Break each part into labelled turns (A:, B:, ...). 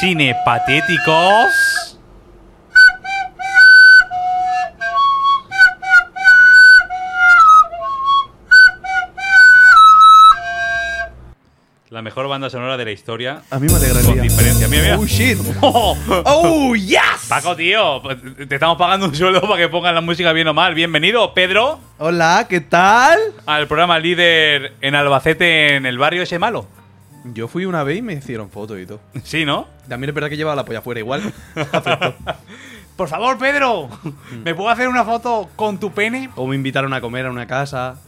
A: cine patéticos. La mejor banda sonora de la historia.
B: A mí me alegraría.
A: Con diferencia. Mira, mira.
B: Oh, shit.
A: ¡Oh!
B: ¡Oh, yes!
A: Paco, tío, te estamos pagando un sueldo para que pongan la música bien o mal. Bienvenido, Pedro,
B: Hola, ¿qué tal?
A: al programa líder en Albacete en el barrio ese malo.
B: Yo fui una vez y me hicieron fotos y todo.
A: Sí, ¿no?
B: También es verdad que llevaba la polla afuera igual. Afectó.
A: Por favor, Pedro, ¿me puedo hacer una foto con tu pene?
B: o me invitaron a comer a una casa.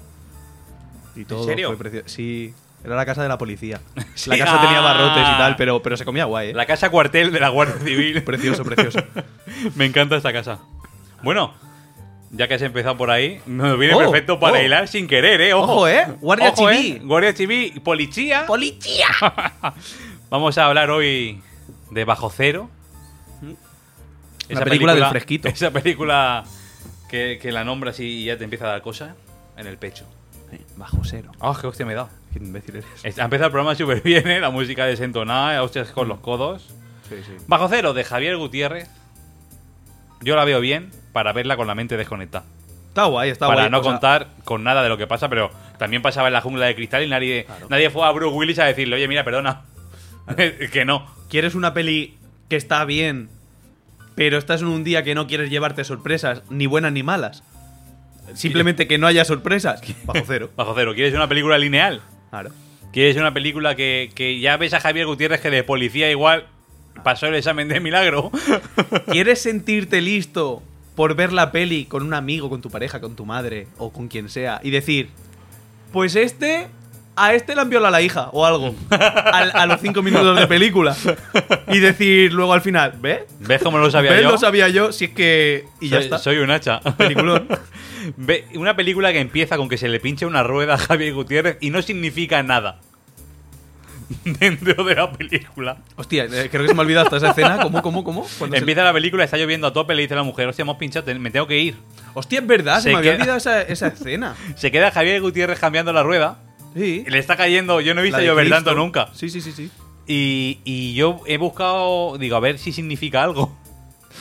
B: Y todo.
A: serio?
B: Fue precioso. Sí. Era la casa de la policía.
A: Sí.
B: La casa tenía
A: Ah.
B: barrotes y tal, pero, pero se comía guay, ¿eh?
A: La casa cuartel de la Guardia Civil.
B: Precioso, precioso.
A: Me encanta esta casa. Bueno, ya que has empezado por ahí, nos viene
B: Oh,
A: perfecto para
B: oh.
A: hilar sin querer, ¿eh? Ojo,
B: Ojo, ¿eh? Guardia
A: Ojo,
B: civil.
A: ¿eh? Guardia civil, policía.
B: ¡Policía!
A: Vamos a hablar hoy de Bajo Cero.
B: La película del fresquito.
A: Esa película que, que la nombras y ya te empieza a dar cosa en el pecho.
B: Eh, Bajo cero.
A: Ah, qué hostia me da.
B: Qué imbécil eres.
A: Ha empezado el programa súper bien, ¿eh? La música desentonada, hostias con los codos.
B: Sí, sí.
A: Bajo Cero de Javier Gutiérrez. Yo la veo bien para verla con la mente desconectada.
B: Está guay, está
A: para
B: guay.
A: no
B: o sea,
A: contar con nada de lo que pasa, pero también pasaba en la jungla de cristal y nadie,
B: Claro.
A: nadie fue a Bruce Willis a decirle, oye, mira, perdona. que no.
B: ¿Quieres una peli que está bien, pero estás en un día que no quieres llevarte sorpresas, ni buenas ni malas? Simplemente que no haya sorpresas. Bajo cero.
A: Bajo Cero, ¿quieres una película lineal?
B: Claro.
A: ¿Quieres una película que, que ya ves a Javier Gutiérrez que de policía igual pasó el examen de milagro?
B: ¿Quieres sentirte listo por ver la peli con un amigo, con tu pareja, con tu madre o con quien sea y decir, pues este, a este le han violado la hija o algo al- a, los cinco minutos de película y decir luego al final, ¿ve?
A: ¿Ves cómo lo sabía
B: ¿Ves?
A: yo?
B: Lo sabía yo, si es que... Y ya
A: soy,
B: está.
A: soy un hacha.
B: Peliculón.
A: Ve- una película que empieza con que se le pinche una rueda a Javier Gutiérrez y no significa nada dentro de la película.
B: Hostia, eh, creo que se me ha olvidado hasta esa escena. ¿Cómo, cómo, cómo? Cuando se-
A: Empieza la película, está lloviendo a tope, le dice a la mujer, hostia, hemos pinchado, te- me tengo que ir.
B: Hostia, es verdad, se,
A: Se
B: me había
A: queda-
B: olvidado esa, esa escena.
A: Se queda Javier Gutiérrez cambiando la rueda.
B: Sí.
A: Le está cayendo, yo no he
B: La
A: visto
B: de
A: llover
B: Cristo.
A: tanto nunca.
B: Sí, sí, sí, sí.
A: Y, y yo he buscado, digo, a ver si significa algo.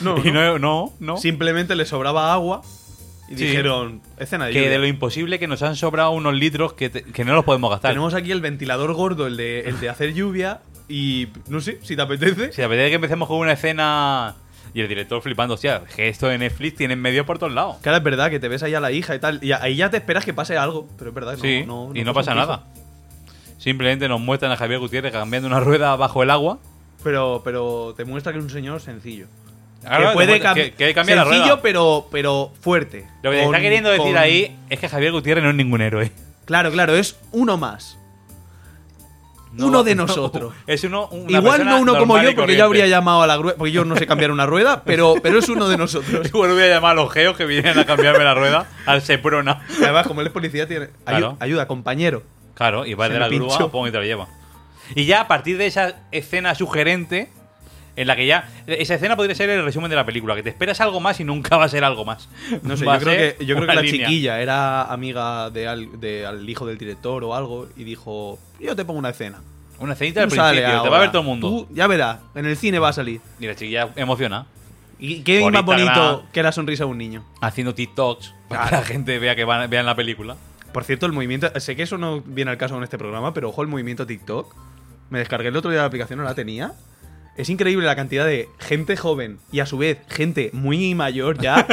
B: No,
A: y no, no, no.
B: Simplemente le sobraba agua y
A: Sí.
B: dijeron, escena de
A: que
B: lluvia".
A: de lo imposible que nos han sobrado unos litros que, te- que no los podemos gastar.
B: Tenemos aquí el ventilador gordo, el de, el de hacer lluvia y no sé, si te apetece.
A: Si a medida que empecemos con una escena y el director flipando, hostia, es que esto de Netflix tienen medio por todos lados.
B: Claro, es verdad que te ves ahí a la hija y tal. Y ahí ya te esperas que pase algo, pero es verdad que no,
A: sí,
B: no-
A: y no pasa
B: un pijo.
A: nada. Simplemente nos muestran a Javier Gutiérrez cambiando una rueda bajo el agua.
B: Pero, pero te muestra que es un señor sencillo.
A: Ahora,
B: Ah, que puede
A: que-
B: cam-
A: que- que cambia la
B: Sencillo,
A: rueda.
B: pero, pero fuerte.
A: Lo que te está
B: Con-
A: queriendo decir
B: con-
A: ahí es que Javier Gutiérrez no es ningún héroe.
B: Claro, claro, es uno más. Uno de nosotros.
A: Es uno. una
B: Igual
A: persona
B: no uno como
A: normal y
B: yo, porque yo habría
A: corriente.
B: llamado a la grúa. Porque yo no sé cambiar una rueda, pero, pero es uno de nosotros.
A: Igual voy a llamar a los geos que vienen a cambiarme la rueda al Seprona.
B: Y Además, como él es policía, tiene. Ayu-
A: Claro.
B: Ayuda, compañero.
A: Claro, y va
B: Se
A: de
B: me
A: la grúa,
B: pinchó.
A: pum, y te lo lleva. Y ya a partir de esa escena sugerente, en la que ya. Esa escena podría ser el resumen de la película, que te esperas algo más y nunca va a ser algo más.
B: No sé,
A: Va
B: yo
A: a
B: creo
A: ser
B: que, yo creo
A: una
B: que la
A: línea.
B: chiquilla era amiga de al, de al hijo del director o algo y dijo, yo te pongo una escena.
A: Una escenita al
B: Tú sale
A: principio, te va
B: ahora.
A: a ver todo el mundo.
B: Tú ya verás, en el cine va a salir.
A: Y la chiquilla emociona,
B: ¿Y qué
A: Por
B: más bonito
A: Instagram.
B: que la sonrisa de un niño?
A: haciendo TikToks, para que la gente vea que van, vean la película.
B: Por cierto, el movimiento, sé que eso no viene al caso con este programa, pero ojo el movimiento TikTok. Me descargué el otro día la aplicación, no la tenía. Es increíble la cantidad de gente joven y a su vez gente muy mayor ya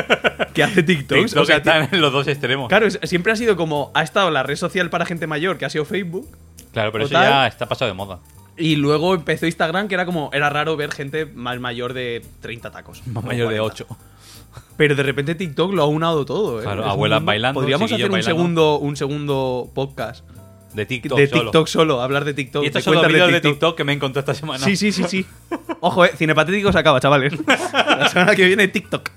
B: que hace TikToks.
A: TikTok
B: o sea,
A: están en los dos extremos.
B: Claro, es- siempre ha sido como, ha estado la red social para gente mayor, que ha sido Facebook,
A: Claro, pero eso
B: Total.
A: ya está pasado de moda.
B: y luego empezó Instagram, que era como, era raro ver gente más mayor de 30 tacos.
A: Más
B: o
A: mayor de
B: 40.
A: 8.
B: Pero de repente TikTok lo ha unado todo, ¿eh?
A: Claro,
B: Es un
A: abuelas
B: mundo-
A: bailando,
B: Podríamos hacer
A: chiquillos
B: un
A: bailando.
B: segundo un segundo podcast
A: De TikTok
B: de
A: solo.
B: TikTok solo, hablar de TikTok.
A: Y estos
B: de
A: son los
B: cuentas
A: vídeos de TikTok que me encontré esta semana.
B: Sí, sí, sí, sí. Ojo, eh, Cinepatético se acaba, chavales. La semana que viene TikTok.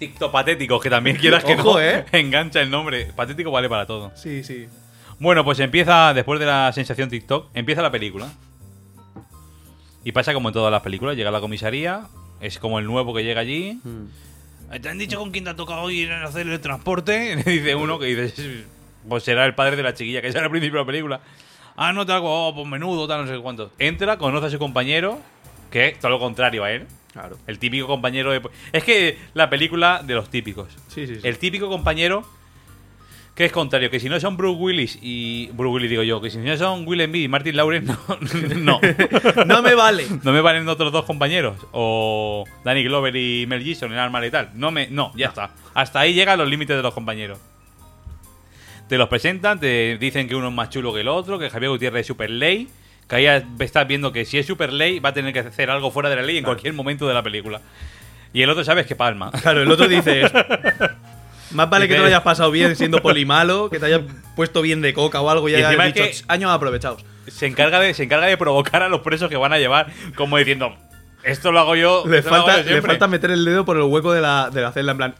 A: TikTok patéticos, que también quieras que
B: Ojo,
A: no,
B: eh.
A: engancha el nombre. Patético vale para todo.
B: Sí, sí.
A: Bueno, pues empieza, después de la sensación TikTok, empieza la película. Y pasa como en todas las películas, llega a la comisaría, es como el nuevo que llega allí. ¿Te han dicho con quién te ha tocado ir a hacer el transporte? Le dice uno que dice, pues será el padre de la chiquilla, que sale al principio de la película. Ah, no, te hago, oh, pues menudo, tal, no sé cuánto. Entra, conoce a su compañero, Que es todo lo contrario a él.
B: Claro.
A: El típico compañero de... Es que la película de los típicos.
B: Sí, sí, sí.
A: El típico compañero que es contrario, que si no son Bruce Willis y... Bruce Willis digo yo, que si no son Will Smith y Martin Lawrence, no. No,
B: No me vale.
A: No me valen otros dos compañeros. O Danny Glover y Mel Gibson en Arma Letal. No, me, no ya está. Hasta ahí llegan los límites de los compañeros. Te los presentan, te dicen que uno es más chulo que el otro, que Javier Gutiérrez es super ley. Que ahí estás viendo que si es super ley va a tener que hacer algo fuera de la ley en cualquier momento de la película. Y el otro sabes que palma.
B: Claro, el otro dice. Más vale que te lo hayas pasado bien siendo polimalo, que te hayas puesto bien de coca o algo y,
A: Y
B: hayas
A: encima es
B: dicho
A: que-
B: "Ch, años aprovechados.
A: se encarga de se encarga de provocar a los presos que van a llevar como diciendo esto lo hago yo
B: Le
A: esto lo hago
B: falta,
A: yo
B: le
A: siempre".
B: falta meter el dedo por el hueco de la, de la celda, en plan.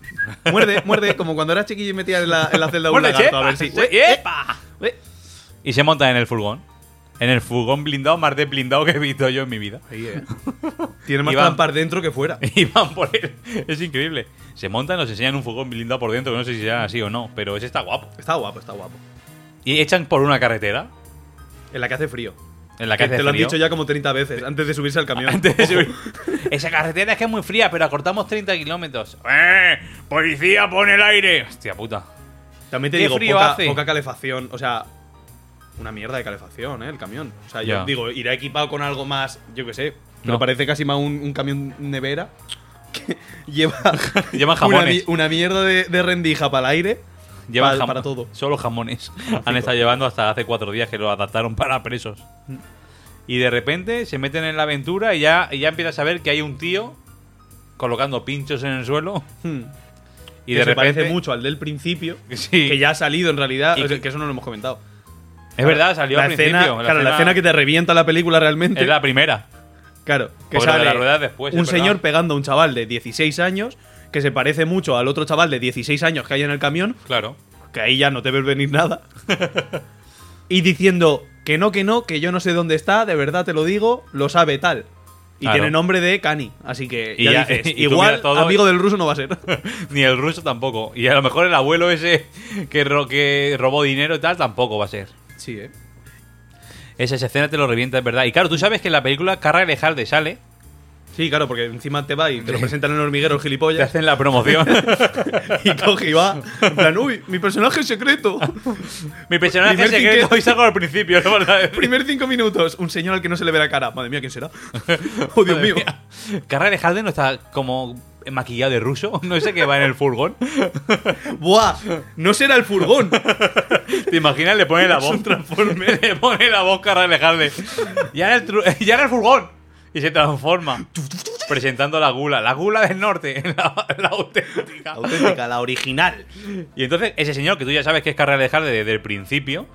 B: Muerde, muerde, como cuando eras chiquillo y metías en la, en la celda un
A: Muerde, ¿eh?
B: lagarto, a
A: chepa,
B: ver si. ¿eh?
A: che- ¡Epa! y se montan en el furgón en el furgón blindado más de blindado que he visto yo en mi vida
B: Ahí, eh. Tiene más
A: Iván.
B: trampas dentro que fuera.
A: y van por él es increíble se montan nos enseñan un furgón blindado por dentro que no sé si será así o no pero ese está guapo
B: Está guapo, está guapo.
A: y echan por una carretera
B: En la que hace frío.
A: en la
B: Que
A: que
B: te
A: hace
B: lo han
A: frío.
B: dicho ya como 30 veces antes de subirse al camión.
A: Antes de
B: Ojo.
A: subir. Esa carretera es que es muy fría, pero acortamos 30 kilómetros. ¡Eh! ¡Policía, pon el aire! Hostia puta.
B: También te
A: Qué
B: digo,
A: frío
B: poca,
A: hace.
B: poca calefacción, o sea, una mierda de calefacción, ¿eh? El camión. O sea,
A: Ya.
B: yo digo, irá equipado con algo más, yo qué sé, pero
A: No.
B: parece casi más un, un camión nevera que lleva
A: Llevan
B: una,
A: jamones.
B: mi- una mierda de, de rendija para el aire.
A: Llevan
B: para,
A: jam-
B: para todo.
A: Solo jamones. Han estado llevando hasta hace cuatro días que lo adaptaron para presos. Y de repente se meten en la aventura y ya, y ya empiezas a ver que hay un tío colocando pinchos en el suelo.
B: Hmm.
A: Y
B: Que
A: de
B: se
A: repente.
B: parece mucho al del principio,
A: Sí.
B: que ya ha salido en realidad,
A: Y
B: o sea,
A: que-
B: que eso no lo hemos comentado.
A: Es verdad, salió
B: la
A: al
B: escena,
A: principio.
B: claro, la escena que te revienta la película realmente.
A: Es la primera.
B: Claro, que
A: Porque lo de
B: sale
A: la rueda es después,
B: un
A: es verdad.
B: señor pegando a un chaval de 16 años que se parece mucho al otro chaval de 16 años que hay en el camión,
A: Claro.
B: que ahí ya no te ves venir nada. y diciendo que no, que no, que yo no sé dónde está, de verdad te lo digo, lo sabe tal. Y
A: Claro.
B: tiene nombre de Cani, así que
A: Y
B: ya
A: ya-
B: dices,
A: y tú
B: igual
A: miras todo
B: amigo del ruso no va a ser.
A: Ni el ruso tampoco. Y a lo mejor el abuelo ese que, ro- que robó dinero y tal tampoco va a ser.
B: sí, eh.
A: Esa, esa escena te lo revienta, es verdad. Y claro, tú sabes que en la película Carra Elejalde sale.
B: Sí, claro, porque encima te va y te lo
A: Sí.
B: presentan en el hormiguero el
A: Te
B: gilipollas
A: hacen la promoción.
B: y coge y va. En plan, uy, mi personaje secreto.
A: Mi personaje
B: Primer
A: secreto
B: tinque-
A: y salgo al principio, ¿no? ¿Verdad?
B: Primer cinco minutos, un señor al que no se le ve la cara. Madre mía, ¿quién será? Oh, Dios mío.
A: Carrera de Halden no está como maquillado de ruso. No sé qué va en el furgón.
B: ¡Buah! No será el furgón.
A: ¿Te imaginas? Le pone la voz. Le pone la voz Carrera de Halden. Ya era el, tru- ya era el furgón. Y se transforma. Presentando la gula. La gula del norte. La, la auténtica.
B: Auténtica, la original.
A: Y entonces ese señor, que tú ya sabes que es Carrera de Halden desde el principio.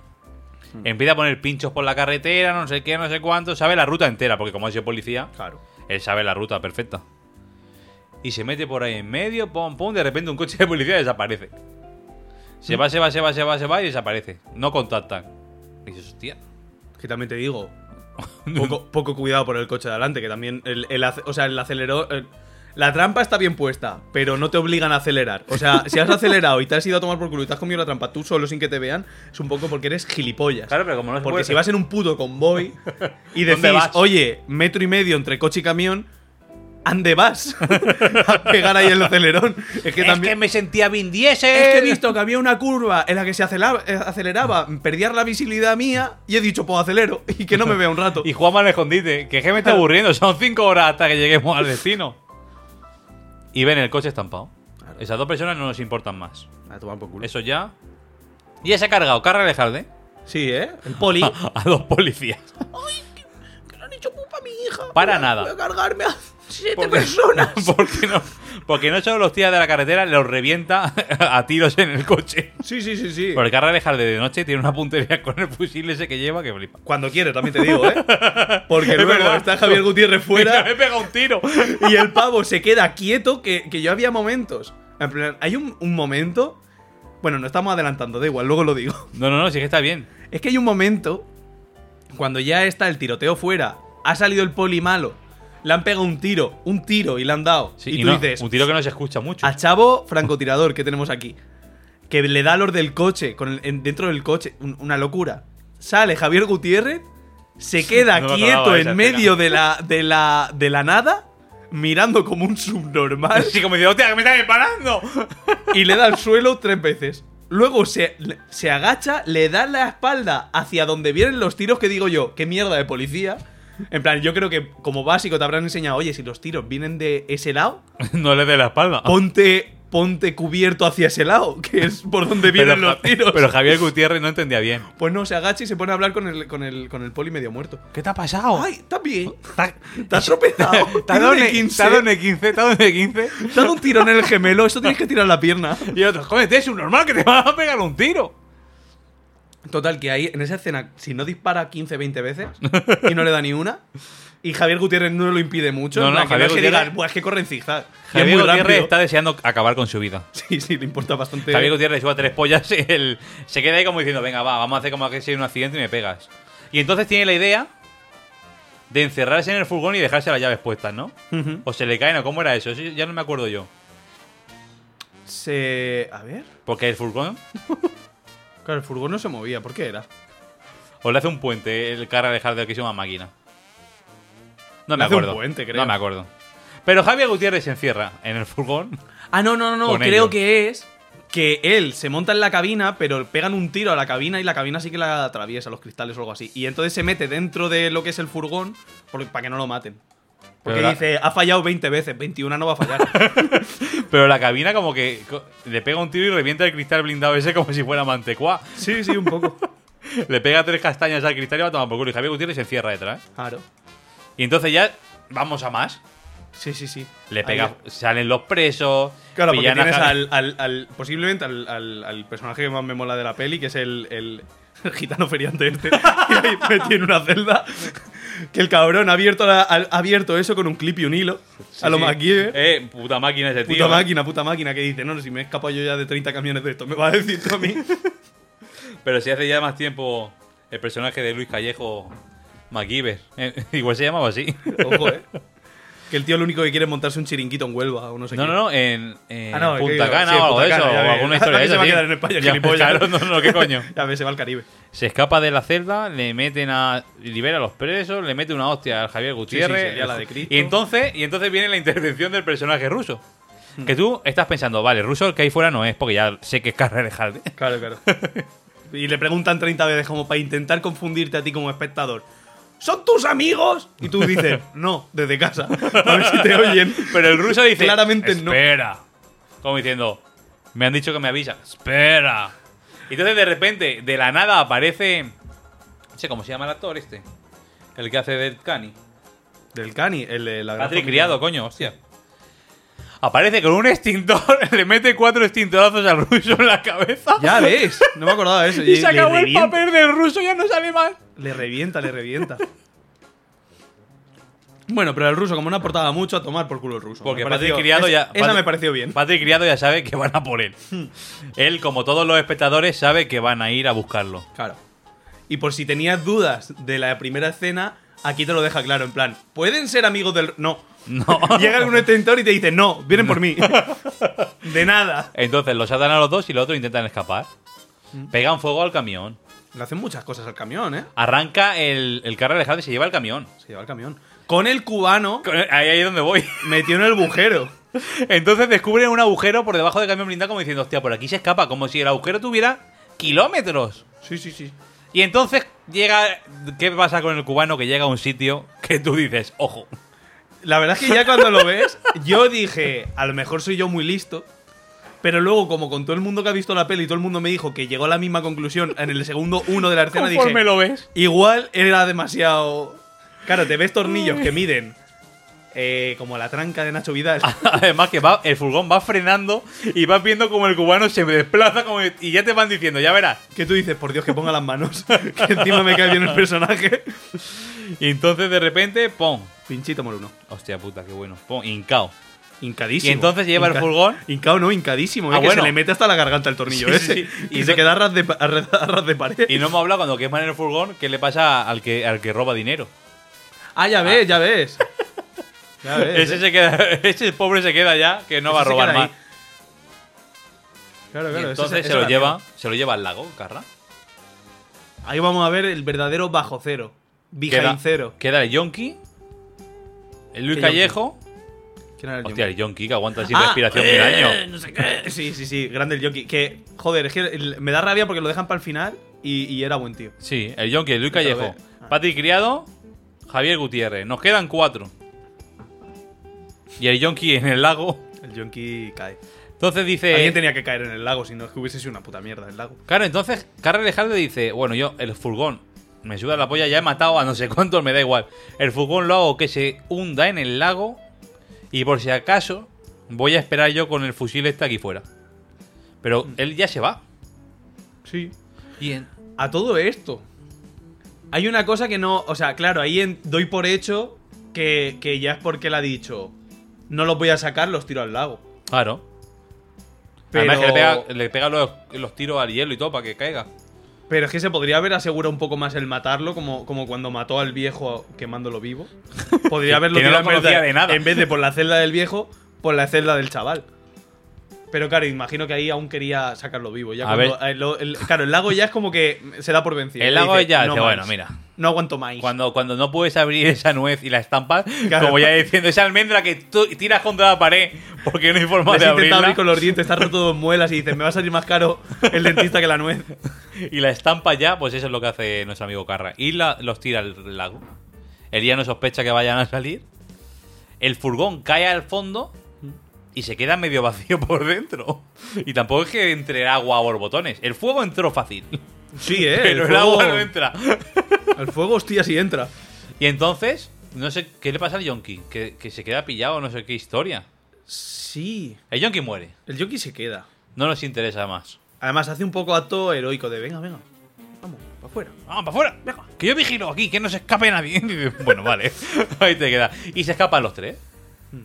B: Hmm.
A: Empieza a poner pinchos por la carretera, no sé qué, no sé cuánto. Sabe la ruta entera, porque como ha sido policía,
B: Claro.
A: Él sabe la ruta perfecta. Y se mete por ahí en medio, pum, pum, de repente un coche de policía desaparece. Se va, se va, se va, se va, se va y desaparece. No contactan. Y dices, hostia.
B: Que también te digo, poco, poco cuidado por el coche de adelante, que también el, el ace- o sea, el acelerador... el- la trampa está bien puesta, pero no te obligan a acelerar. O sea, si has acelerado y te has ido a tomar por culo y te has comido la trampa tú solo sin que te vean, es un poco porque eres gilipollas.
A: Claro, pero como no se
B: Porque
A: puede-
B: si vas en un puto convoy y
A: ¿Dónde
B: decís,
A: vas?
B: oye, metro y medio entre coche y camión, ¿ande vas? a pegar ahí el acelerón. Es que
A: Es
B: también.
A: que me sentía Vin Diesel.
B: Es que he visto que había una curva en la que se acelaba- eh, aceleraba, perdía la visibilidad mía y he dicho, pues acelero y que no me vea un rato.
A: Y Juan al escondite. Que es que me está aburriendo. Son cinco horas hasta que lleguemos al destino. Y ven el coche estampado. Esas dos personas no nos importan más.
B: A tomar por culo.
A: Eso ya. Y ya se ha cargado. Carga de Halden.
B: Sí, ¿eh? El poli.
A: A dos policías.
B: que lo han hecho pupa a mi hija.
A: Para
B: Voy a-
A: nada.
B: Voy a cargarme a siete
A: Porque-
B: personas.
A: Porque no, porque no solo los tira de la carretera, los revienta a tiros en el coche.
B: Sí, sí, sí, sí.
A: Porque ahora dejar de noche tiene una puntería con el fusil ese que lleva que flipa.
B: Cuando quiere, también te digo, ¿eh? Porque
A: Es
B: luego
A: verdad.
B: está Javier Gutiérrez
A: Mira,
B: fuera.
A: me pega un tiro.
B: Y el pavo se queda quieto, que, que yo había momentos. En plan, hay un, un momento. Bueno, no estamos adelantando, da igual, luego lo digo.
A: No, no, no, sí que está bien.
B: Es que hay un momento. Cuando ya está el tiroteo fuera, ha salido el poli malo, le han pegado un tiro, un tiro y le han dado.
A: Sí,
B: y
A: y
B: tú
A: no,
B: dices,
A: un tiro que no se escucha mucho.
B: al chavo francotirador que tenemos aquí, que le da los del coche, con el- en- dentro del coche, un- una locura. Sale Javier Gutiérrez se queda
A: No me
B: quieto
A: acordaba de esa
B: en medio de la, de, la, de la nada, mirando como un subnormal,
A: Así como diciendo, hostia, que me están disparando.
B: y le da al suelo tres veces. Luego se, se agacha, le da la espalda hacia donde vienen los tiros, que digo yo, qué mierda de policía. En plan, yo creo que como básico te habrán enseñado, oye, si los tiros vienen de ese lado,
A: no le dé la espalda.
B: Ah. ponte, ponte cubierto hacia ese lado, que es por donde
A: Pero
B: vienen
A: Ja-
B: los tiros.
A: Pero Javier Gutiérrez no entendía bien.
B: Pues no, se agacha y se pone a hablar con el, con el, con el poli medio muerto.
A: ¿Qué te ha pasado?
B: Ay, está bien.
A: Ta-
B: Oh. Te has tropezado.
A: Te ha dado un
B: Tiene
A: e-
B: 15.
A: te ha dado un E15, te ha dado un E15.
B: Te ha dado un tirón en el gemelo, esto tienes que tirar la pierna.
A: Y otros, joder, este es un normal que te vas a pegar un tiro.
B: Total, que ahí en esa escena, si no dispara 15, 20 veces y no le da ni una, y Javier Gutiérrez no lo impide mucho,
A: No,
B: en
A: no,
B: plan que
A: Javier
B: no es que
A: Gutiérrez-
B: digan, "Buah, es que corre en zigzag. Y es
A: Javier
B: muy
A: Gutiérrez
B: rápido.
A: está deseando acabar con su vida.
B: Sí, sí, le importa bastante.
A: Javier Gutiérrez suba tres pollas y él se queda ahí como diciendo, venga, va, vamos a hacer como que si hay un accidente y me pegas. Y entonces tiene la idea de encerrarse en el furgón y dejarse las llaves puestas, ¿no?
B: Ujú.
A: O se le caen o cómo era eso, eso ya no me acuerdo yo.
B: Se... A ver.
A: Porque el furgón
B: Claro, el furgón no se movía, ¿por qué era?
A: o le hace un puente el cara de Hardware que es una máquina. No me
B: Le hace un
A: acuerdo.
B: puente, creo.
A: No me acuerdo. Pero Javier Gutiérrez se encierra en el furgón.
B: Ah, no, no, no, no,
A: Con
B: creo
A: ellos.
B: que es que él se monta en la cabina, pero pegan un tiro a la cabina y la cabina sí que la atraviesa, los cristales o algo así. Y entonces se mete dentro de lo que es el furgón por- para que no lo maten. Porque
A: Pero la-
B: dice, ha fallado 20 veces, 21 no va a fallar.
A: Pero la cabina como que co- le pega un tiro y revienta el cristal blindado ese como si fuera mantecuá.
B: sí, sí, un poco.
A: Le pega tres castañas al cristal y va a tomar por culo. Y Javier Gutiérrez se encierra detrás.
B: Claro.
A: Y entonces ya vamos a más.
B: Sí, sí, sí.
A: Le
B: Ahí
A: pega,
B: es.
A: salen los presos.
B: Claro, porque
A: pillan a
B: tienes
A: Javier-
B: al, al- al- posiblemente al, al- al personaje que más me mola de la peli, que es el, el- el gitano feriante este, que ahí metido en una celda, que el cabrón ha abierto, la- ha abierto eso con un clip y un hilo, a lo
A: Sí, sí.
B: MacGyver.
A: Eh, puta máquina ese
B: Puta
A: tío.
B: máquina, puta máquina, que dice, no, no, si me he escapado yo ya de 30 camiones de esto, me va a decir tú a mí.
A: Pero si hace ya más tiempo el personaje de Luis Callejo MacGyver. Eh, igual se llamaba así.
B: Ojo, eh. Que el tío lo único que quiere es montarse un chiringuito en Huelva o no sé
A: No,
B: qué.
A: no, no, en, en
B: Ah, no, que digo,
A: Punta Cana
B: sí, en
A: o algo
B: Punta
A: de eso,
B: Cana, ya
A: o
B: ves.
A: alguna historia
B: A
A: de
B: mí se
A: eso.
B: va a
A: tío.
B: quedar en
A: Ya,
B: España, gilipollas.
A: Claro, no, no, qué coño.
B: Ya ves, se va al Caribe.
A: Se escapa de la celda, le meten a. libera a los presos, le mete una hostia al Javier
B: Sí, sí,
A: Gutiérrez. eh,
B: sería la de Cristo.
A: y entonces, y entonces viene la intervención del personaje ruso.
B: Hmm.
A: Que tú estás pensando, vale, ruso el que ahí fuera no es, porque ya sé que es carrera de Hardy.
B: Claro, claro. Y le preguntan 30 veces como para intentar confundirte a ti como espectador. ¿Son tus amigos? Y tú dices, no, desde casa. A ver si te oyen.
A: Pero el ruso dice.
B: Claramente no.
A: Espera. Como diciendo. Me han dicho que me avisa. Espera. Y entonces de repente, de la nada, aparece. No sé cómo se llama el actor este. El que hace Dead Cani.
B: Del Cani, el de la gran
A: Patrick
B: familia.
A: Criado, coño, hostia. Aparece con un extintor, le mete cuatro extintorazos al ruso en la cabeza.
B: Ya ves, no me acordaba de eso.
A: y se acabó el
B: revienta,
A: papel del ruso, ya no sale más.
B: Le revienta, le revienta. Bueno, pero el ruso, como no aportaba mucho, a tomar por culo el ruso.
A: Porque
B: Me
A: Patrick
B: pareció-
A: Criado
B: es-
A: ya.
B: Esa
A: Patrick-
B: me pareció bien. Hmm.
A: Patrick Criado ya sabe que van a por él. él, como todos los espectadores, sabe que van a ir a buscarlo.
B: Claro. Y por si tenías dudas de la primera escena, aquí te lo deja claro, en plan, ¿pueden ser amigos del...? No.
A: No.
B: Llega algún extintor y te dice, no, vienen por mí. de nada.
A: Entonces los atan a los dos y los otros intentan escapar.
B: Hmm.
A: Pegan fuego al camión.
B: Le hacen muchas cosas al camión, ¿eh?
A: Arranca el, el carro alejado y se lleva el camión.
B: Se lleva el camión. Con el cubano
A: Con- Ahí, ahí es donde voy.
B: metió en el bujero.
A: Entonces descubren un agujero por debajo del camión blindado como diciendo, hostia, por aquí se escapa, como si el agujero tuviera kilómetros.
B: Sí, sí, sí.
A: Y entonces llega... ¿Qué pasa con el cubano que llega a un sitio que tú dices, ojo?
B: La verdad es que ya cuando lo ves, yo dije, a lo mejor soy yo muy listo. Pero luego, como con todo el mundo que ha visto la peli, todo el mundo me dijo que llegó a la misma conclusión en el segundo uno de la escena, dije,
A: Conforme lo ves.
B: Igual era demasiado. Claro, te ves tornillos que miden eh, como la tranca de Nacho Vidal.
A: Ah. Además que va, el furgón va frenando y vas viendo como el cubano se desplaza como, y ya te van diciendo, ya verás.
B: Que tú dices, por Dios, que ponga las manos. que encima me cae bien el personaje.
A: Y entonces de repente, ¡pum!
B: Pinchito moruno.
A: Hostia puta, qué bueno. Pum, hincao.
B: Hincadísimo.
A: Y entonces lleva el furgón.
B: Hincao no, hincadísimo. eh,
A: Ah,
B: que
A: bueno.
B: se le mete hasta la garganta el tornillo
A: Sí,
B: ese.
A: sí, sí.
B: Y,
A: Y
B: se
A: no-
B: queda a ras de, pa- a ras- a ras de pared.
A: Y no hemos hablado cuando queman el furgón, ¿qué le pasa al que, al que roba dinero?
B: Ah, ya ves, ya ves. Ya ves. eh.
A: Ese, se queda, ese pobre se queda ya, que no
B: Ese
A: va a
B: se
A: robar
B: queda ahí.
A: más.
B: Claro,
A: Y
B: claro. ese-
A: entonces
B: ese
A: se, lo
B: la
A: lleva, se lo lleva al lago, Carra.
B: Ahí vamos a ver el verdadero bajo cero. Behind Zero.
A: Queda el Yonki, el Luis
B: ¿Qué
A: Callejo.
B: ¿Quién era el
A: Hostia,
B: Yonki?
A: el Yonki que aguanta sin
B: Ah,
A: respiración
B: eh,
A: mil años.
B: no sé qué. Sí, sí, sí, grande el Yonki. Que, joder, es que el- me da rabia porque lo dejan para el final y, y era buen tío.
A: Sí, el Yonki, el Luis
B: Pero
A: Callejo.
B: ve- ah.
A: Patrick Criado, Javier Gutiérrez. Nos quedan cuatro. Y el Yonki en el lago.
B: El Yonki cae.
A: Entonces dice.
B: Alguien tenía que caer en el lago, si no es que hubiese sido una puta mierda el lago.
A: Claro, entonces Carl Alejandro dice, bueno, yo, el furgón, me suda la polla, ya he matado a no sé cuántos, me da igual. El furgón lo hago que se hunda en el lago y por si acaso voy a esperar yo con el fusil este aquí fuera. Pero
B: Mm.
A: él ya se va.
B: Sí.
A: Y en-
B: A todo esto. Hay una cosa que no. O sea, claro, ahí en- doy por hecho que, que ya es porque le ha dicho. No los voy a sacar, los tiro al lago.
A: Claro.
B: Pero,
A: Además que le pega, le pega los, los tiros al hielo y todo para que caiga.
B: pero es que se podría haber asegurado un poco más el matarlo, como, como cuando mató al viejo quemándolo vivo. Podría haberlo
A: Que no lo
B: por la
A: conocía
B: ce-
A: de nada.
B: En vez de por la celda del viejo, por la celda del chaval. Pero claro, imagino que ahí aún quería sacarlo vivo. Ya
A: A
B: cuando- eh, lo- el- claro, el lago ya es como que se da por vencido.
A: El
B: Le
A: lago
B: dice,
A: ya
B: "No
A: dice, bueno,
B: más.
A: mira.
B: No aguanto más.
A: Cuando, cuando no puedes abrir esa nuez y la estampas,
B: Claro.
A: como ya diciendo, esa almendra que tú tiras contra la pared porque no hay forma
B: Has
A: de
B: intentado
A: abrirla.
B: abrir con los dientes, estás roto dos muelas y dices, me va a salir más caro el dentista que la nuez.
A: y la estampa ya, pues eso es lo que hace nuestro amigo Carra. Y la- los tira al lago. Él ya no sospecha que vayan a salir. El furgón cae al fondo y se queda medio vacío por dentro. Y tampoco es que entre agua a borbotones. El fuego entró fácil,
B: Sí, eh.
A: pero el,
B: el, fuego,
A: agua no entra.
B: el fuego, hostia, sí entra.
A: Y entonces, no sé qué le pasa al Yonki, que, que se queda pillado, no sé qué historia.
B: Sí.
A: El Yonki muere,
B: El Yoki se queda.
A: no nos interesa más.
B: Además, hace un poco acto heroico de, venga, venga. Vamos, para afuera.
A: ¡Vamos, para afuera! Que yo vigilo aquí, que no se escape nadie. bueno, vale. Ahí te queda. Y se escapan los tres.
B: Mm.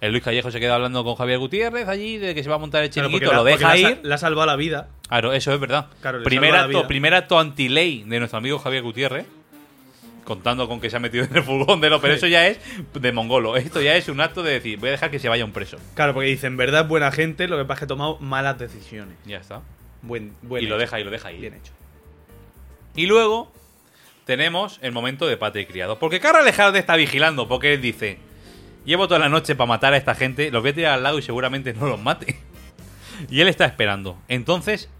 A: El Luis Callejo se queda hablando con Javier Gutiérrez allí de que se va a montar el
B: Claro,
A: chiringuito,
B: porque la-
A: lo deja
B: porque la
A: ir.
B: sa- La ha salvado la vida.
A: Claro, eso es verdad.
B: Claro, le
A: primer,
B: salva la
A: acto,
B: vida.
A: primer acto anti-ley de nuestro amigo Javier Gutiérrez, contando con que se ha metido en el furgón de lo, pero eso ya es de mongolo. Esto ya es un acto de decir, voy a dejar que se vaya un preso.
B: Claro, porque dice, en verdad es buena gente, lo que pasa es que ha tomado malas decisiones.
A: Ya está.
B: Buen, buen
A: y lo
B: hecho.
A: deja y lo deja ahí.
B: Bien hecho.
A: Y luego tenemos el momento de Patrick Criado. Porque Carl Alejandro está vigilando, porque él dice: Llevo toda la noche para matar a esta gente, los voy a tirar al lado y seguramente no los mate. Y él está esperando. Entonces,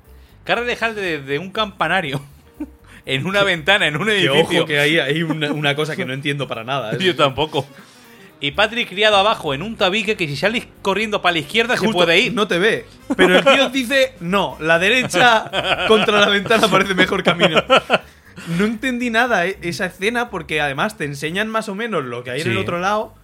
A: Carl Alejandro desde un campanario, en una ventana, en un
B: Que ojo
A: edificio.
B: que ahí hay una, una cosa que no entiendo para nada. ¿eh?
A: Yo tampoco. Y Patrick criado abajo en un tabique que si sales corriendo para la izquierda se
B: Justo,
A: puede ir.
B: No te ve. Pero el tío dice, no, la derecha contra la ventana parece mejor camino. No entendí nada eh, esa escena porque además te enseñan más o menos lo que hay en el
A: Sí.
B: otro lado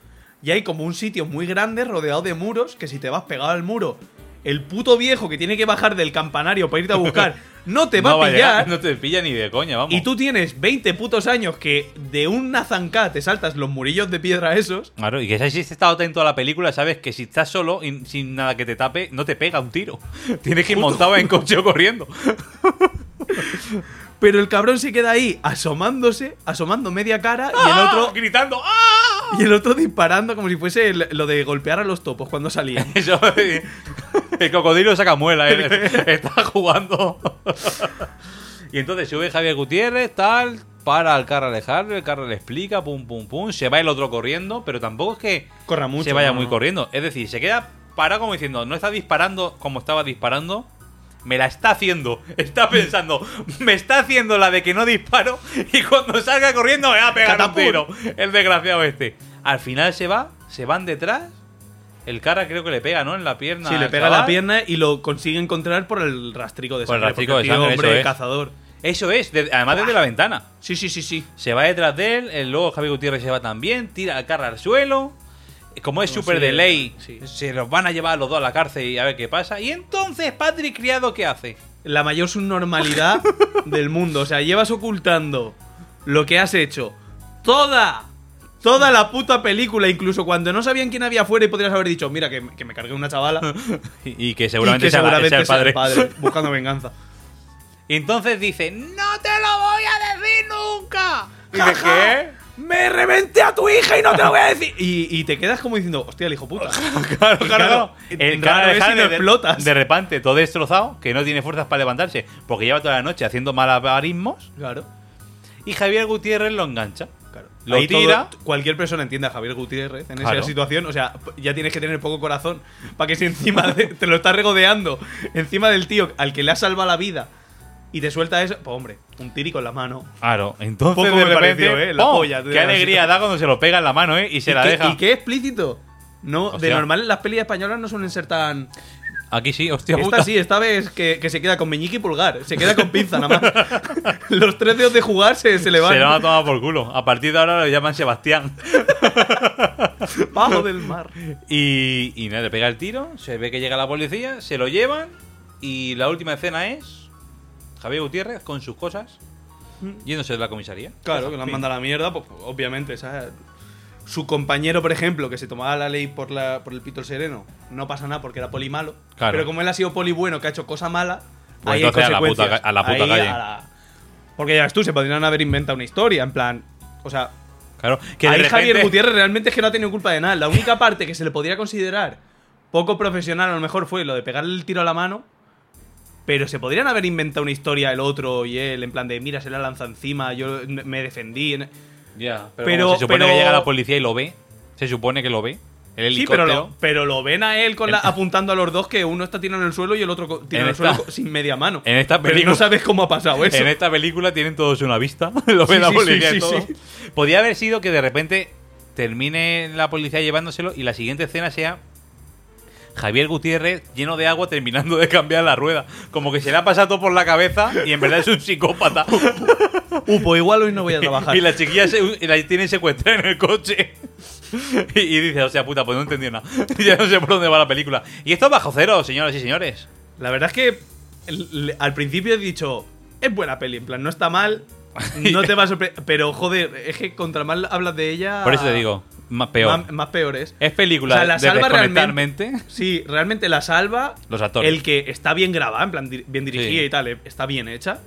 B: y hay como un sitio muy grande rodeado de muros que si te vas pegado al muro, el puto viejo que tiene que bajar del campanario para irte a buscar no te va
A: No
B: a
A: va a
B: pillar.
A: llegar, no te pilla ni de coña, vamos.
B: Y tú tienes 20 putos años que de una zancada te saltas los murillos de piedra esos.
A: Claro, y que si has estado atento a la película, sabes que si estás solo y sin nada que te tape, no te pega un tiro. Tienes que ir montado en coche o corriendo.
B: Pero el cabrón se queda ahí asomándose, asomando media cara y el
A: ¡Ah!
B: otro
A: gritando ¡Ah!
B: Y el otro disparando como si fuese el- lo de golpear a los topos cuando salían.
A: Eso, el cocodrilo saca muela, él está jugando. Y entonces sube Javier Gutiérrez, tal, para al carro Alejandro, el carro le explica, pum, pum, pum, se va el otro corriendo, pero tampoco es que
B: Corra mucho.
A: se vaya
B: no,
A: muy
B: no.
A: corriendo. Es decir, se queda parado como diciendo, no está disparando como estaba disparando. Me la está haciendo. Está pensando, me está haciendo la de que no disparo y cuando salga corriendo me va a pegar
B: Catapum.
A: un tiro. El desgraciado este. Al final se va, se van detrás. El cara creo que le pega, ¿no? En la pierna.
B: Sí, le
A: al
B: pega la
A: chaval.
B: pierna y lo consigue encontrar por el rastrico de
A: Por el
B: sangre.
A: rastrico
B: porque
A: de
B: el tío,
A: sangre,
B: hombre,
A: eso es.
B: cazador.
A: Eso es, de- además desde la ventana.
B: Sí, sí, sí, sí.
A: Se va detrás de él, eh, luego Javier Gutiérrez se va también, tira al carro al suelo. Como es
B: Como
A: súper
B: si-
A: de ley,
B: sí.
A: se los van a llevar a los dos a la cárcel y a ver qué pasa. Y entonces, Patrick Criado, ¿qué hace?
B: La mayor subnormalidad del mundo. O sea, llevas ocultando lo que has hecho. Toda. Toda la puta película, incluso cuando no sabían quién había afuera y podrías haber dicho, mira, que, que me cargué una chavala.
A: Y, y que
B: y
A: seguramente,
B: que
A: sea, la-
B: seguramente
A: sea el padre.
B: sea el padre, buscando venganza.
A: Y entonces dice, ¡No te lo voy a decir nunca!
B: Dice, ¿qué? ¡Me reventé a tu hija y no te lo voy a decir! Y, y te quedas como diciendo, hostia, el hijo puta.
A: Claro,
B: claro,
A: claro.
B: claro.
A: El
B: Rara
A: cara
B: vez si
A: de,
B: no explotas.
A: de repente, todo destrozado, que no tiene fuerzas para levantarse, porque lleva toda la noche haciendo malabarismos.
B: Claro.
A: y Javier Gutiérrez lo engancha.
B: Claro.
A: Lo
B: Ahí todo-
A: tira.
B: cualquier persona entiende a Javier Gutiérrez en
A: Claro.
B: esa situación. O sea, p- ya tienes que tener poco corazón para que si encima de- te lo estás regodeando, encima del tío al que le ha salvado la vida y te suelta eso, pues hombre, un tiri con la mano.
A: Claro, entonces
B: Poco
A: de
B: me
A: repente,
B: pareció, eh, la
A: ¡pum!
B: polla, te
A: qué
B: digo así.
A: alegría da cuando se lo pega en la mano, eh, y se
B: ¿Y
A: la
B: qué-
A: deja.
B: ¿Y qué explícito? No, de
A: Hostia.
B: normal las pelis españolas no suelen ser tan.
A: Aquí sí, hostia puta.
B: Esta sí, esta vez que, que se queda con meñique y pulgar, se queda con pinza nada más. Los tres dedos de jugar se, se le van
A: Se la va a tomar por culo. A partir de ahora lo llaman Sebastián.
B: bajo del mar.
A: Y, y nada, le pega el tiro, se ve que llega la policía, se lo llevan y la última escena es Javier Gutiérrez con sus cosas
B: Mm.
A: yéndose de la comisaría.
B: Claro, que lo han
A: Fin.
B: mandado a la mierda, pues, obviamente. ¿sabes? Su compañero, por ejemplo, que se tomaba la ley por, la, por el pito el sereno, no pasa nada porque era poli malo.
A: Claro.
B: Pero como él ha sido poli bueno, que ha hecho cosa mala,
A: Pues
B: ahí hay
A: entonces a la puta
B: consecuencias.
A: ca- a la puta
B: Ahí
A: calle.
B: a la- Porque ya ves tú, se podrían haber inventado una historia, en plan. O sea,
A: Claro, que de
B: ahí Javier
A: repente-
B: Gutiérrez realmente es que no ha tenido culpa de nada. La única parte que se le podría considerar poco profesional a lo mejor fue lo de pegarle el tiro a la mano. Pero se podrían haber inventado una historia el otro y él, en plan de mira, se la lanza encima, yo me defendí.
A: Ya, pero,
B: Pero-
A: como se supone
B: pero-
A: que llega la policía y lo ve. Se supone que lo ve. El
B: Sí, pero
A: helicóptero.
B: lo, pero lo ven a él con la- apuntando a los dos que uno está tirando en el suelo y el otro co- tira
A: En
B: en el
A: esta-
B: suelo co- sin media mano.
A: en esta
B: Pero
A: película-
B: no sabes cómo ha pasado eso.
A: En esta película tienen todos una vista. Lo ve
B: Sí,
A: la
B: sí,
A: policía
B: sí,
A: y
B: sí,
A: todo.
B: sí.
A: Podría haber sido que de repente termine la policía llevándoselo y la siguiente escena sea Javier Gutiérrez lleno de agua terminando de cambiar la rueda. Como que se le ha pasado todo por la cabeza y en verdad es un psicópata.
B: Uh, pues igual hoy no voy a trabajar.
A: y la chiquilla se, y la tienen secuestrada en el coche. y, y dice, o sea, puta, pues no entendí nada. ya no sé por dónde va la película. Y esto es bajo cero, señoras y señores.
B: La verdad es que el- le- al principio he dicho, es buena peli, en plan, no está mal, no te va a sorprender. Pero joder, es que contra mal hablas de ella.
A: Por eso te digo, más peor.
B: Más, más peores.
A: es película
B: Ah. O sea, la
A: de
B: salva
A: desconectar
B: realmente-
A: mente.
B: Sí, realmente la salva.
A: Los actores.
B: El que está bien grabada, en plan, di- bien dirigida
A: Sí.
B: y tal, eh, está bien hecha.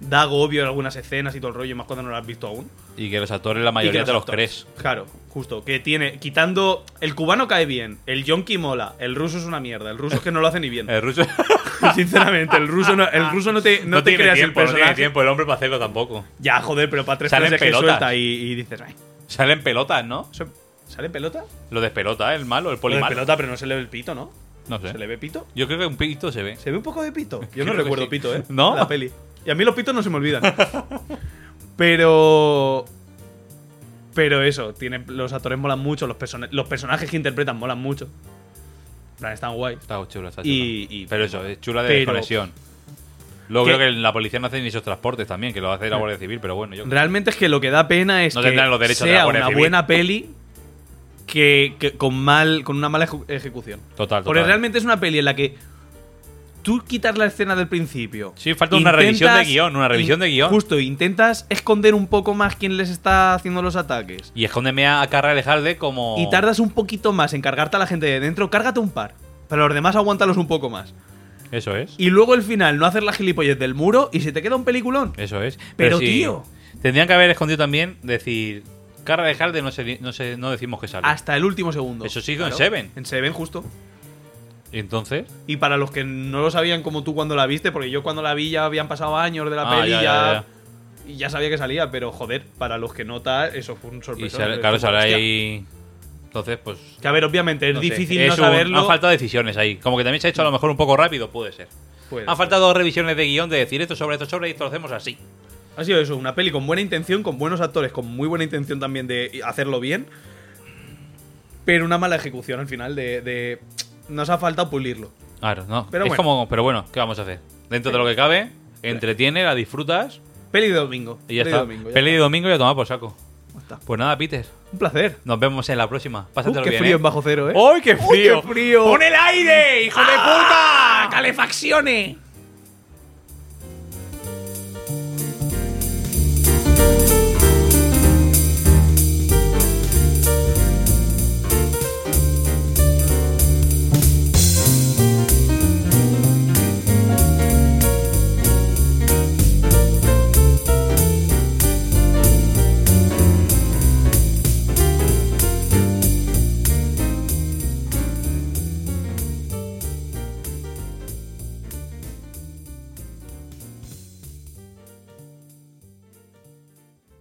B: Da agobio en algunas escenas y todo el rollo, más cuando no lo has visto aún.
A: Y que los actores, la
B: Y que
A: mayoría te los
B: actores.
A: crees.
B: Claro, justo. Que tiene, quitando. El cubano cae bien, el yonki mola, el ruso es una mierda, el ruso es que no lo hace ni bien.
A: El ruso
B: Sinceramente, el ruso no, el ruso no te, no te
A: tiene
B: creas
A: tiempo,
B: el
A: no tiene
B: personaje.
A: tiempo el hombre para hacerlo tampoco.
B: ya, joder, pero para tres
A: Salen
B: frases que
A: pelotas.
B: suelta y, y dices, ay,
A: Salen pelotas, ¿no?
B: ¿eso- ¿sale pelota?
A: Lo despelota, ¿eh? el malo, el
B: Lo de
A: polimalo.
B: pelota, pero no se le ve el pito, ¿no?
A: No sé.
B: ¿Se le ve pito?
A: Yo creo que un pito se ve.
B: ¿Se ve un poco de pito? Yo
A: Creo
B: no
A: que
B: recuerdo
A: sí.
B: pito, ¿eh?
A: ¿No?
B: La peli. Y a mí los pitos no se me olvidan. pero. Pero eso, tiene, los actores molan mucho, los, persona- los personajes que interpretan molan mucho. En plan, Están guay.
A: Está chula, está chula.
B: Y- y-
A: pero eso, es chula de
B: pero-
A: desconexión. Luego
B: ¿Qué?
A: creo que la policía no hace ni esos transportes también, que lo hace la Guardia Civil, pero bueno, yo
B: Realmente es que lo que da pena es
A: No
B: que
A: tendrán los derechos de la
B: sea
A: Guardia
B: una
A: Civil.
B: buena peli que, que con mal con una mala ejecu- ejecución.
A: Total,
B: Porque
A: total.
B: realmente es una peli en la que tú quitas la escena del principio.
A: Sí, falta una revisión de guión, una revisión
B: in-
A: de guión.
B: Justo, intentas esconder un poco más quién les está haciendo los ataques.
A: Y escóndeme a Carra Alejarde como.
B: Y tardas un poquito más en cargarte a la gente de dentro, cárgate un par. Pero los demás aguántalos un poco más.
A: Eso es.
B: Y luego el final, no hacer la gilipollez del muro y se te queda un peliculón.
A: Eso es.
B: Pero,
A: sí,
B: tío.
A: Tendrían que haber escondido también decir. Carra Alejarde no, se, no, se- no decimos que sale.
B: Hasta el último segundo.
A: Eso se hizo en Seven.
B: En Seven, justo.
A: Y entonces.
B: Y para los que no lo sabían como tú cuando la viste, porque yo cuando la vi ya habían pasado años de la
A: Ah,
B: peli
A: ya,
B: ya,
A: ya, ya.
B: y ya sabía que salía, pero joder, para los que no tal, eso fue un
A: Y
B: sorpresa.
A: sale- claro, sale ahí. Entonces, pues.
B: Que a ver, obviamente es
A: no sé.
B: difícil
A: Es
B: no
A: un-
B: saberlo.
A: Han faltado decisiones ahí. Como que también se ha hecho a lo mejor un poco rápido, puede ser.
B: Pues,
A: Han faltado dos revisiones de guión de decir esto sobre esto sobre y esto lo hacemos así.
B: ha sido eso, una peli con buena intención, con buenos actores, con muy buena intención también de hacerlo bien, pero una mala ejecución al final de... de- nos ha faltado pulirlo.
A: Claro, no.
B: Pero
A: es
B: bueno.
A: como. Pero bueno, ¿qué vamos a hacer? Dentro de lo que cabe, entretiene, la disfrutas
B: Peli de domingo.
A: y ya
B: peli
A: está.
B: De domingo, ya
A: Peli de domingo y a tomar por saco.
B: está, ya está.
A: Pues nada, Peter.
B: Un placer.
A: Nos vemos en la próxima. Pásatelo
B: Uh, qué
A: bien.
B: frío
A: ¿eh?
B: en bajo cero, ¿eh?
A: ¡Ay, qué
B: Uy,
A: frío!
B: qué frío! ¡Ah!
A: ¡Pon el aire, hijo de puta!
B: ¡Calefacciones!